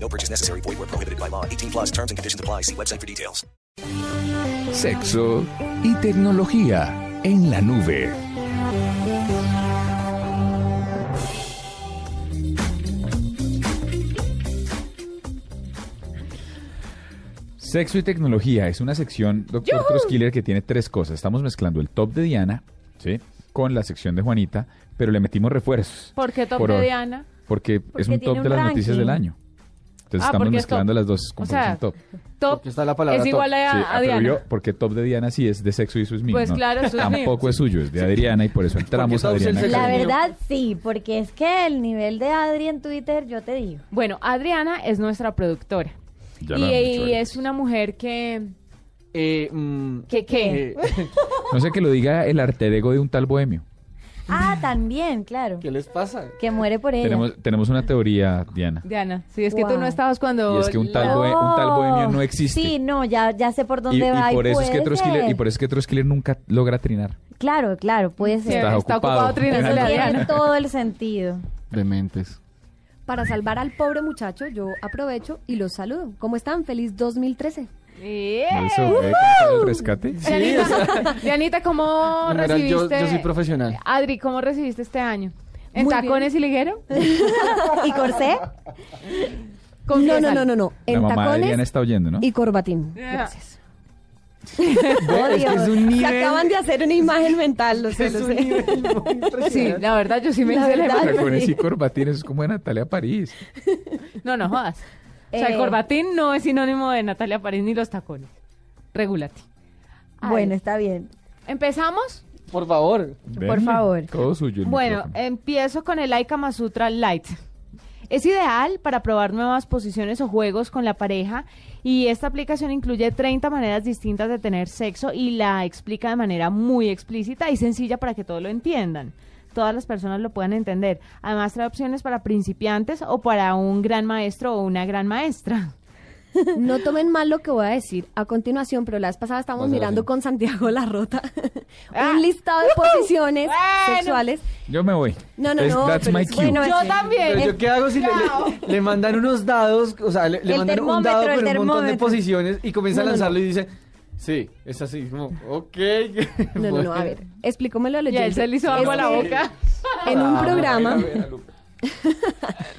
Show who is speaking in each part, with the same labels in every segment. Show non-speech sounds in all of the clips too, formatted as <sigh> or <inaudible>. Speaker 1: No purchase necessary. Void where prohibited by law. 18 plus terms and conditions apply. See website for details.
Speaker 2: Sexo y tecnología en la nube.
Speaker 3: Sexo y tecnología es una sección, doctor Troskiller, que tiene tres cosas. Estamos mezclando el top de Diana, ¿sí? Con la sección de Juanita, pero le metimos refuerzos.
Speaker 4: ¿Por qué top
Speaker 3: Por
Speaker 4: de
Speaker 3: hora.
Speaker 4: Diana?
Speaker 3: Porque, es
Speaker 4: Porque
Speaker 3: un
Speaker 4: tiene
Speaker 3: top
Speaker 4: un
Speaker 3: de las noticias
Speaker 4: ranking.
Speaker 3: del año. Entonces
Speaker 4: Ah,
Speaker 3: estamos
Speaker 4: porque es
Speaker 3: mezclando
Speaker 4: top.
Speaker 3: las dos
Speaker 4: O
Speaker 3: como
Speaker 4: sea,
Speaker 3: top.
Speaker 4: Top
Speaker 5: Porque está la palabra
Speaker 4: es
Speaker 5: top.
Speaker 4: igual a,
Speaker 3: Sí,
Speaker 4: a
Speaker 3: ah, pero
Speaker 4: Diana.
Speaker 3: yo, porque top de Diana sí es de sexo y eso es mío.
Speaker 4: Pues
Speaker 3: no.
Speaker 4: claro, eso es mío.
Speaker 3: Tampoco es suyo, es de Adriana y por eso entramos a
Speaker 5: top es el
Speaker 3: Adriana.
Speaker 5: sexo.
Speaker 6: La
Speaker 5: Dios mío.
Speaker 6: verdad, sí, porque es que el nivel de Adri en Twitter, yo te digo.
Speaker 4: Bueno, Adriana es nuestra productora.
Speaker 3: Ya
Speaker 4: y
Speaker 3: lo hemos dicho
Speaker 4: y
Speaker 3: varias
Speaker 4: es una mujer que...
Speaker 5: Eh, mm,
Speaker 4: ¿Que qué?
Speaker 5: eh,
Speaker 3: No sé que lo diga el alter ego de un tal bohemio.
Speaker 6: Ah, también, claro.
Speaker 5: ¿Qué les pasa?
Speaker 6: Que muere por ella.
Speaker 3: Tenemos, tenemos una teoría, Diana.
Speaker 4: Diana, sí, es que tú
Speaker 6: Wow.
Speaker 4: no estabas cuando...
Speaker 3: Y es que un tal,
Speaker 4: la-
Speaker 3: bohe- un tal bohemio no existe.
Speaker 6: Sí, no, ya, ya sé por dónde
Speaker 3: y, y
Speaker 6: va.
Speaker 3: por eso es
Speaker 6: puede
Speaker 3: que Troskiller,
Speaker 6: ser.
Speaker 3: y por e-, eso es que Troskiller nunca logra trinar.
Speaker 6: Claro, claro, puede ser.
Speaker 4: Está ocupado
Speaker 6: Eso
Speaker 4: Claro.
Speaker 6: tiene todo el sentido.
Speaker 5: Dementes.
Speaker 7: Para salvar al pobre muchacho, yo aprovecho y los saludo. ¿Cómo están? Feliz 2013.
Speaker 4: Yeah.
Speaker 3: Eso, ¿eh? ¿Cómo fue el rescate?
Speaker 4: Dianita, <laughs> Dianita, ¿cómo
Speaker 5: General,
Speaker 4: recibiste?
Speaker 5: yo, yo soy
Speaker 4: <laughs>
Speaker 5: profesional.
Speaker 4: Adri, ¿cómo recibiste este año? ¿En
Speaker 7: Muy
Speaker 4: tacones y liguero?
Speaker 6: <laughs> ¿Y corsé?
Speaker 7: No, no,
Speaker 4: Confiésalo.
Speaker 7: no, no, no.
Speaker 3: La
Speaker 7: En
Speaker 3: mamá de Diana
Speaker 7: tacones
Speaker 3: está oyendo, ¿no?
Speaker 7: y corbatín.
Speaker 4: Ah.
Speaker 7: Gracias.
Speaker 6: Odio.
Speaker 7: Se acaban de hacer una imagen
Speaker 3: <laughs>
Speaker 7: mental, lo sé, lo sé.
Speaker 4: Sí, la verdad, yo sí me
Speaker 7: La
Speaker 4: hice la-
Speaker 7: verdad.
Speaker 3: Tacones y corbatines, es como de Natalia París.
Speaker 4: No, no jodas. O sea, el
Speaker 6: Eh.
Speaker 4: corbatín no es sinónimo de Natalia París ni los tacones. Regúlate. Ay.
Speaker 6: Bueno, está bien.
Speaker 4: ¿Empezamos?
Speaker 5: Por favor.
Speaker 3: Denle,
Speaker 6: favor.
Speaker 3: Todo suyo. el
Speaker 4: Bueno,
Speaker 3: micrófono.
Speaker 4: empiezo con el Kama Sutra Light. Es ideal para probar nuevas posiciones o juegos con la pareja y esta aplicación incluye 30 maneras distintas de tener sexo y la explica de manera muy explícita y sencilla para que todos lo entiendan. Todas las personas lo puedan entender. Además trae opciones para principiantes o para un gran maestro o una gran maestra.
Speaker 7: No tomen mal lo que voy a decir a continuación, pero la vez pasada estábamos
Speaker 5: Pásala,
Speaker 7: mirando
Speaker 5: sí.
Speaker 7: con Santiago La Rota <laughs>
Speaker 4: Ah.
Speaker 7: un listado de posiciones
Speaker 4: <laughs> Bueno.
Speaker 7: sexuales.
Speaker 3: Yo me voy.
Speaker 7: eh, No, no,
Speaker 3: Es-
Speaker 7: no.
Speaker 3: That's
Speaker 7: pero
Speaker 3: my
Speaker 7: es-
Speaker 3: cue.
Speaker 7: bueno,
Speaker 4: Yo
Speaker 7: es-
Speaker 4: también.
Speaker 5: Pero yo qué hago si le, le- le mandan unos dados, o sea, le, le
Speaker 6: El
Speaker 5: mandan un dado
Speaker 6: termómetro,
Speaker 5: con
Speaker 6: el
Speaker 5: un montón de
Speaker 6: termómetro.
Speaker 5: posiciones y comienza
Speaker 7: No,
Speaker 5: a
Speaker 7: no, no.
Speaker 5: lanzarlo y dice, sí, es así, como, ok. <laughs>
Speaker 7: No, no, no, a ver, explícamelo
Speaker 4: Y a él se le hizo algo a la boca.
Speaker 7: En un programa...
Speaker 5: A ver, a Lupe.
Speaker 7: <laughs>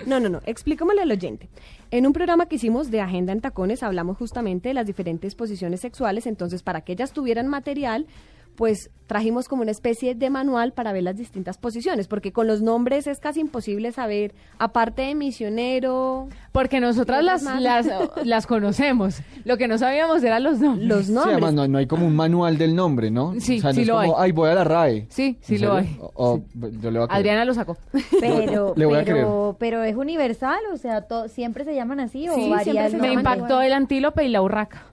Speaker 7: No, no, no, explícamelo al oyente. En un programa que hicimos de Agenda en Tacones hablamos justamente de las diferentes posiciones sexuales, entonces para que ellas tuvieran material, pues trajimos como una especie de manual para ver las distintas posiciones, porque con los nombres es casi imposible saber, aparte de misionero,
Speaker 4: Porque nosotras
Speaker 7: Y
Speaker 4: las,
Speaker 7: otras
Speaker 4: las, las conocemos. Lo que no sabíamos eran los nombres.
Speaker 7: los
Speaker 5: Sí, además
Speaker 7: nombres.
Speaker 5: no, no hay como un manual del nombre, ¿no?
Speaker 4: Sí,
Speaker 5: o sea, no
Speaker 4: sí
Speaker 5: es
Speaker 4: lo
Speaker 5: como,
Speaker 4: hay.
Speaker 5: ay, voy a la RAE.
Speaker 4: Sí,
Speaker 5: ¿En
Speaker 4: sí
Speaker 5: serio?
Speaker 4: lo hay.
Speaker 5: O- o- yo le voy a creer.
Speaker 4: Adriana lo sacó.
Speaker 6: Pero,
Speaker 5: <laughs> Le voy a
Speaker 6: pero, pero es universal, o sea, to- siempre se llaman así o
Speaker 7: Sí,
Speaker 6: varía
Speaker 7: siempre
Speaker 4: Me
Speaker 7: se
Speaker 6: el nombre.
Speaker 7: llaman
Speaker 4: impactó el antílope y la urraca.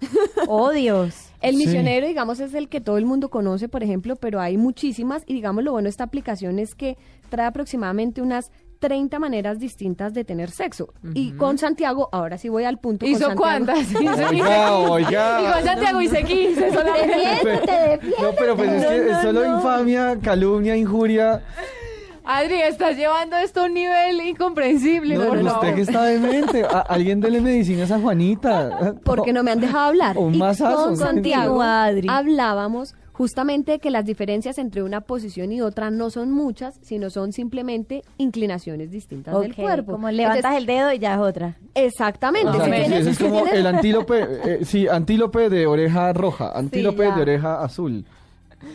Speaker 6: Oh, Dios.
Speaker 7: El
Speaker 5: Sí.
Speaker 7: misionero, digamos, es el que todo el mundo conoce, por ejemplo, pero hay muchísimas y digamos lo bueno de esta aplicación es que trae aproximadamente unas 30 maneras distintas de tener sexo. Y con Santiago, ahora sí voy al punto. con
Speaker 4: ¿Hizo <laughs>
Speaker 7: Santiago.
Speaker 4: cuántas? Hizo
Speaker 5: Oiga, oiga.
Speaker 4: Dijo Santiago, hice 15 solamente.
Speaker 6: Defiéndete, defiéndete.
Speaker 5: <laughs> No, pero pues es que es solo infamia, calumnia, injuria.
Speaker 4: Adri, estás llevando esto a un nivel incomprensible.
Speaker 5: No,
Speaker 4: por
Speaker 5: no,
Speaker 4: favor.
Speaker 5: usted que está demente. A- alguien dele medicinas a Juanita.
Speaker 7: Porque no me han dejado hablar.
Speaker 5: Un
Speaker 7: y
Speaker 5: masazo,
Speaker 7: con
Speaker 5: ¿no?
Speaker 7: Santiago
Speaker 6: Continúa, Adri.
Speaker 7: hablábamos justamente de que las diferencias entre una posición y otra no son muchas, sino son simplemente inclinaciones distintas del
Speaker 6: Ok,
Speaker 7: cuerpo.
Speaker 6: como levantas
Speaker 7: Entonces,
Speaker 6: el dedo y ya es otra.
Speaker 7: Exactamente.
Speaker 5: O
Speaker 7: si
Speaker 5: sea, Ah, sí,
Speaker 7: tienes-
Speaker 5: ese es
Speaker 7: si
Speaker 5: como
Speaker 7: tienes-
Speaker 5: el antílope, eh, sí, antílope de oreja roja, antílope
Speaker 7: ya.
Speaker 5: de oreja azul.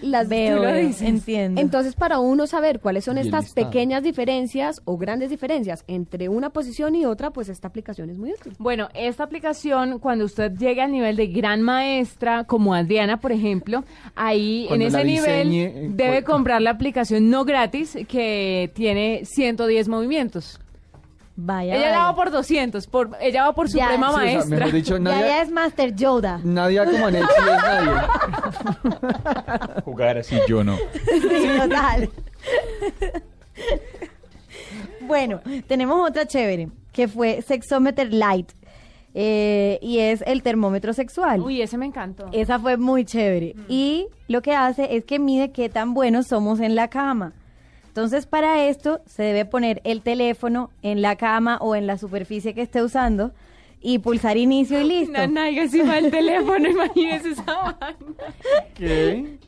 Speaker 7: las
Speaker 6: Veo,
Speaker 7: tú lo
Speaker 6: veo,
Speaker 7: dices.
Speaker 6: entiendo.
Speaker 7: Entonces, para uno saber cuáles son
Speaker 5: Y el
Speaker 7: estas
Speaker 5: listado.
Speaker 7: pequeñas diferencias o grandes diferencias entre una posición y otra, pues esta aplicación es muy útil.
Speaker 4: Bueno, esta aplicación, cuando usted llegue al nivel de gran maestra, como Adriana, por ejemplo, ahí
Speaker 5: Cuando
Speaker 4: en ese
Speaker 5: la
Speaker 4: nivel
Speaker 5: diseñe, eh,
Speaker 4: debe
Speaker 5: cu-
Speaker 4: comprar la aplicación no gratis que tiene 110 movimientos.
Speaker 6: Vaya.
Speaker 4: Ella
Speaker 6: vaya.
Speaker 4: la va por 200, por, ella va por
Speaker 6: Ya.
Speaker 4: Suprema
Speaker 6: Sí, o
Speaker 5: sea,
Speaker 6: sea,
Speaker 4: Maestra.
Speaker 5: mejor dicho,
Speaker 6: Ya, ya
Speaker 5: Nadia,
Speaker 6: es Master Yoda.
Speaker 5: <laughs> Nadia Comaneci es nadie.
Speaker 3: Jugar así yo no.
Speaker 6: Sí, total. bueno, tenemos otra chévere, que fue Sexometer Light. eh, y es el termómetro sexual.
Speaker 4: Uy, ese me encantó.
Speaker 6: Esa fue muy chévere.
Speaker 7: Mm.
Speaker 6: Y lo que hace es que mide qué tan buenos somos en la cama. Entonces, para esto se debe poner el teléfono en la cama o en la superficie que esté usando y pulsar inicio
Speaker 7: <laughs>
Speaker 6: y listo.
Speaker 4: Una nalga encima del teléfono, <laughs> imagínese esa vaina.
Speaker 5: ¿Qué?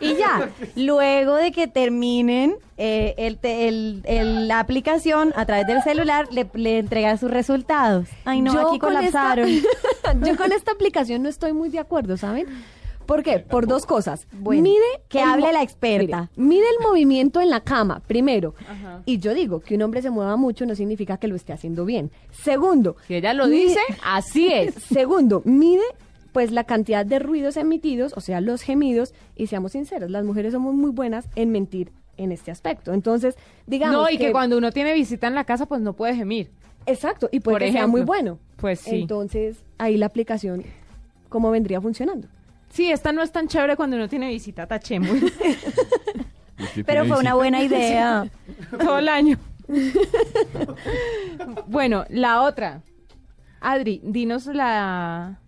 Speaker 6: Y
Speaker 7: <laughs>
Speaker 6: ya, luego de que terminen eh, el te- el- el- la aplicación a través del celular, le, le entrega sus resultados. Ay, no,
Speaker 7: Yo
Speaker 6: aquí
Speaker 7: con esta- <laughs>
Speaker 6: colapsaron.
Speaker 7: yo con esta aplicación no estoy muy de acuerdo, ¿saben? ¿Por qué? Por dos cosas.
Speaker 6: Bueno,
Speaker 7: mide
Speaker 6: que
Speaker 7: el
Speaker 6: hable
Speaker 7: mo-
Speaker 6: la experta.
Speaker 7: mire, mide el movimiento en la cama, primero. Y yo digo que un hombre se mueva mucho no significa que lo esté haciendo bien. Segundo,
Speaker 4: Si ella lo
Speaker 7: mi-
Speaker 4: dice, así es.
Speaker 7: Segundo, mide pues la cantidad de ruidos emitidos, o sea, los gemidos, y seamos sinceros, las mujeres somos muy buenas en mentir en este aspecto. Entonces, digamos
Speaker 4: <laughs> No, y que, cuando uno tiene visita en la casa, pues no puede gemir.
Speaker 7: Exacto, y puede
Speaker 4: Por
Speaker 7: que sea
Speaker 4: ejemplo.
Speaker 7: muy bueno.
Speaker 4: Pues sí.
Speaker 7: Entonces, ahí la aplicación, ¿cómo vendría funcionando?
Speaker 4: Sí, esta no es tan chévere cuando uno tiene visita, tachemos.
Speaker 6: Pero fue una
Speaker 7: <laughs>
Speaker 6: buena idea.
Speaker 4: todo el
Speaker 6: <laughs>
Speaker 4: año. bueno, la otra. Adri, dinos la...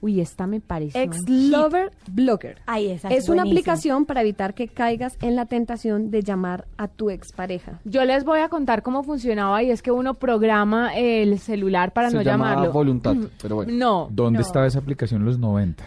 Speaker 4: Uy, esta me parece...
Speaker 7: Ex Lover Blocker.
Speaker 6: Ay, esa
Speaker 7: Es una
Speaker 6: buenísima.
Speaker 7: aplicación para evitar que caigas en la tentación de llamar a tu expareja.
Speaker 4: Yo les voy a contar cómo funcionaba y es que uno programa el celular para
Speaker 5: Se
Speaker 4: no
Speaker 5: llama
Speaker 4: llamarlo.
Speaker 5: voluntad, pero bueno.
Speaker 4: No,
Speaker 3: ¿Dónde estaba esa aplicación en los 90?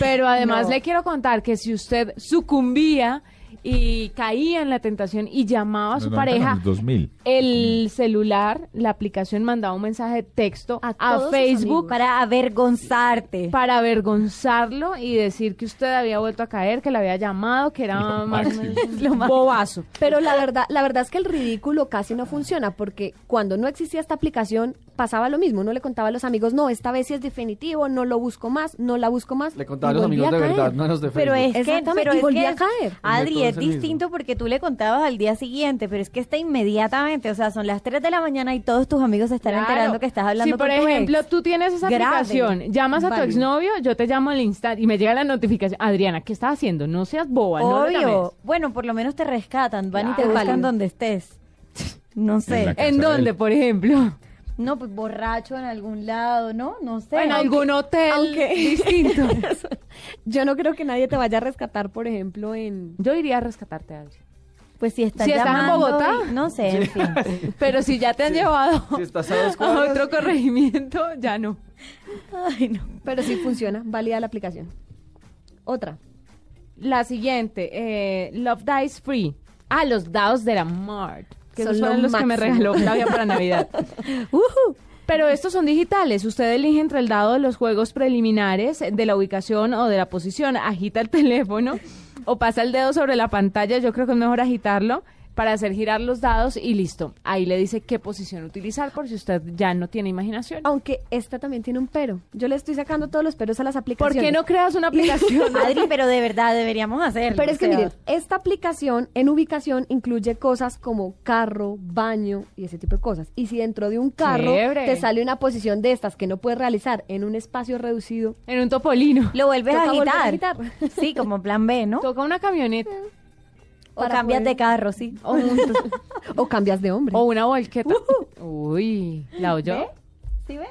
Speaker 4: pero además
Speaker 6: No.
Speaker 4: le quiero contar que si usted sucumbía y caía en la tentación y llamaba a su
Speaker 3: Los 90, no,
Speaker 4: pareja,
Speaker 3: los 2000.
Speaker 4: el celular, la aplicación mandaba un mensaje de texto a,
Speaker 6: todos sus amigos.
Speaker 4: Facebook
Speaker 6: Para avergonzarte.
Speaker 4: para avergonzarlo y decir que usted había vuelto a caer, que le había llamado, que era
Speaker 3: Lo
Speaker 4: más o
Speaker 3: máximo.
Speaker 5: <laughs>
Speaker 4: menos bobazo.
Speaker 7: Pero la verdad, la verdad es que el ridículo casi no funciona, porque cuando no existía esta aplicación, pasaba lo mismo. Uno le contaba a los amigos, no, esta vez sí es definitivo, no lo busco más, no la busco más.
Speaker 5: Le contaba a
Speaker 7: y
Speaker 5: los
Speaker 7: volví
Speaker 5: amigos de
Speaker 7: a caer.
Speaker 5: verdad, no a los de
Speaker 6: Pero
Speaker 5: Facebook.
Speaker 6: es que,
Speaker 7: Exactamente,
Speaker 6: pero
Speaker 7: y
Speaker 6: es
Speaker 7: volví
Speaker 6: que,
Speaker 7: a caer.
Speaker 6: Adri,
Speaker 5: método
Speaker 6: es
Speaker 5: es el mismo.
Speaker 6: distinto porque tú le contabas al día siguiente, pero es que está inmediatamente, o sea, son las 3 de la mañana y todos tus amigos se están
Speaker 4: Claro.
Speaker 6: enterando que estás hablando
Speaker 4: Si,
Speaker 6: con
Speaker 4: por
Speaker 6: tu ex.
Speaker 4: ejemplo, tú tienes esa
Speaker 6: Grave.
Speaker 4: aplicación, llamas a tu
Speaker 7: Válido.
Speaker 4: exnovio, yo te llamo al instante y me llega la notificación. Adriana, ¿qué estás haciendo? No seas boba, no le
Speaker 6: Obvio.
Speaker 4: llames.
Speaker 6: Bueno, por lo menos te rescatan, van y te
Speaker 7: Claro.
Speaker 6: buscan
Speaker 7: Válido.
Speaker 6: donde estés. <laughs> No
Speaker 3: En
Speaker 6: sé.
Speaker 3: la-
Speaker 4: ¿En dónde, por ejemplo?
Speaker 6: No, pues borracho en algún lado, ¿no? No sé.
Speaker 4: en algún hotel
Speaker 7: aunque-
Speaker 6: <laughs>
Speaker 4: distinto.
Speaker 7: Yo no creo que nadie te vaya a rescatar, por ejemplo, en...
Speaker 4: Yo iría a rescatarte, Adri.
Speaker 6: Pues si estás
Speaker 4: Si estás en
Speaker 6: llamando
Speaker 4: Bogotá.
Speaker 6: y- no sé, en fin.
Speaker 4: <laughs> Pero si ya te han llevado
Speaker 5: Si estás a dos
Speaker 4: a
Speaker 5: cuadras-
Speaker 4: otro corregimiento, ya no.
Speaker 6: Ay, no.
Speaker 7: Pero sí funciona, válida la aplicación. Otra.
Speaker 4: La siguiente, eh, Love Dies Free. Ah, los dados de la Mart. Que
Speaker 7: Son
Speaker 4: esos
Speaker 7: lo
Speaker 4: fueron los que me
Speaker 7: máximo.
Speaker 4: regaló Octavia para Navidad.
Speaker 6: <laughs> Ujú.
Speaker 4: Pero estos son digitales. Usted elige entre el dado de los juegos preliminares, de la ubicación o de la posición. Agita el <laughs> teléfono o pasa el dedo sobre la pantalla. Yo creo que es mejor agitarlo para hacer girar los dados y listo. Ahí le dice qué posición utilizar por si usted ya no tiene imaginación.
Speaker 7: Aunque esta también tiene un pero. Yo le estoy sacando todos los peros a las
Speaker 4: ¿Por
Speaker 7: aplicaciones.
Speaker 4: qué no creas una
Speaker 6: <laughs>
Speaker 4: aplicación?
Speaker 6: Adri, pero de verdad deberíamos hacerlo.
Speaker 7: Pero es
Speaker 6: o
Speaker 7: que
Speaker 6: sea,
Speaker 7: miren, esta aplicación en ubicación incluye cosas como carro, baño y ese tipo de cosas. Y si dentro de un carro
Speaker 4: Chévere.
Speaker 7: te sale una posición de estas que no puedes realizar en un espacio reducido,
Speaker 4: En un topolino.
Speaker 6: lo vuelves a
Speaker 7: toca volver a
Speaker 6: agitar.
Speaker 7: agitar.
Speaker 6: Sí, como plan B, ¿no?
Speaker 4: Toca una camioneta
Speaker 6: O
Speaker 7: para
Speaker 6: cambias
Speaker 7: poder-
Speaker 6: de
Speaker 7: <laughs>
Speaker 6: carro, sí.
Speaker 4: o un
Speaker 7: o cambias de
Speaker 6: <laughs>
Speaker 7: hombre.
Speaker 4: O una volqueta. Uy, ¿la oyó?
Speaker 6: ¿Sí ves?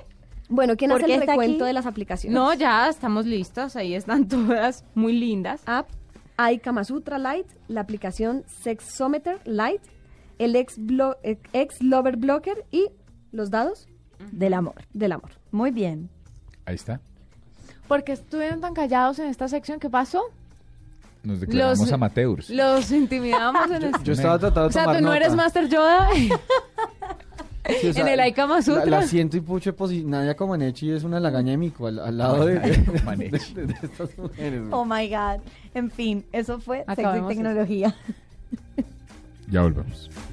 Speaker 7: bueno, ¿quién
Speaker 6: ¿Por
Speaker 7: hace
Speaker 6: qué
Speaker 7: el
Speaker 6: está
Speaker 7: recuento
Speaker 6: aquí?
Speaker 7: de las aplicaciones?
Speaker 4: No, ya estamos listos. Ahí están <laughs> todas muy lindas.
Speaker 7: App, hay Kama Sutra Light, la aplicación Sexometer Light, el ex, blo- ex Lover Blocker y los dados
Speaker 6: Del amor.
Speaker 7: del amor.
Speaker 6: Muy bien.
Speaker 3: Ahí está.
Speaker 4: Porque estuvieron tan callados en esta sección. ¿Qué pasó?
Speaker 3: Nos declaramos
Speaker 4: Los-
Speaker 3: amateurs.
Speaker 4: Los intimidamos en
Speaker 5: Yo
Speaker 4: este...
Speaker 5: estaba tratando
Speaker 4: O
Speaker 5: de
Speaker 4: sea,
Speaker 5: tomar
Speaker 4: tú no
Speaker 5: nota.
Speaker 4: eres Master Yoda.
Speaker 5: Sí, o sea,
Speaker 4: en el Ay Kama Sutra.
Speaker 5: La, la siento y pucho, pues y Nadia Comaneci es una lagaña de mico al, al lado de,
Speaker 3: Nadia
Speaker 5: <laughs> de-
Speaker 3: Comaneci.
Speaker 5: de- de estas mujeres. güey.
Speaker 6: Oh my God. En fin, eso fue Sexo y
Speaker 4: Acabemos esto.
Speaker 6: Tecnología.
Speaker 3: <laughs> Ya volvemos.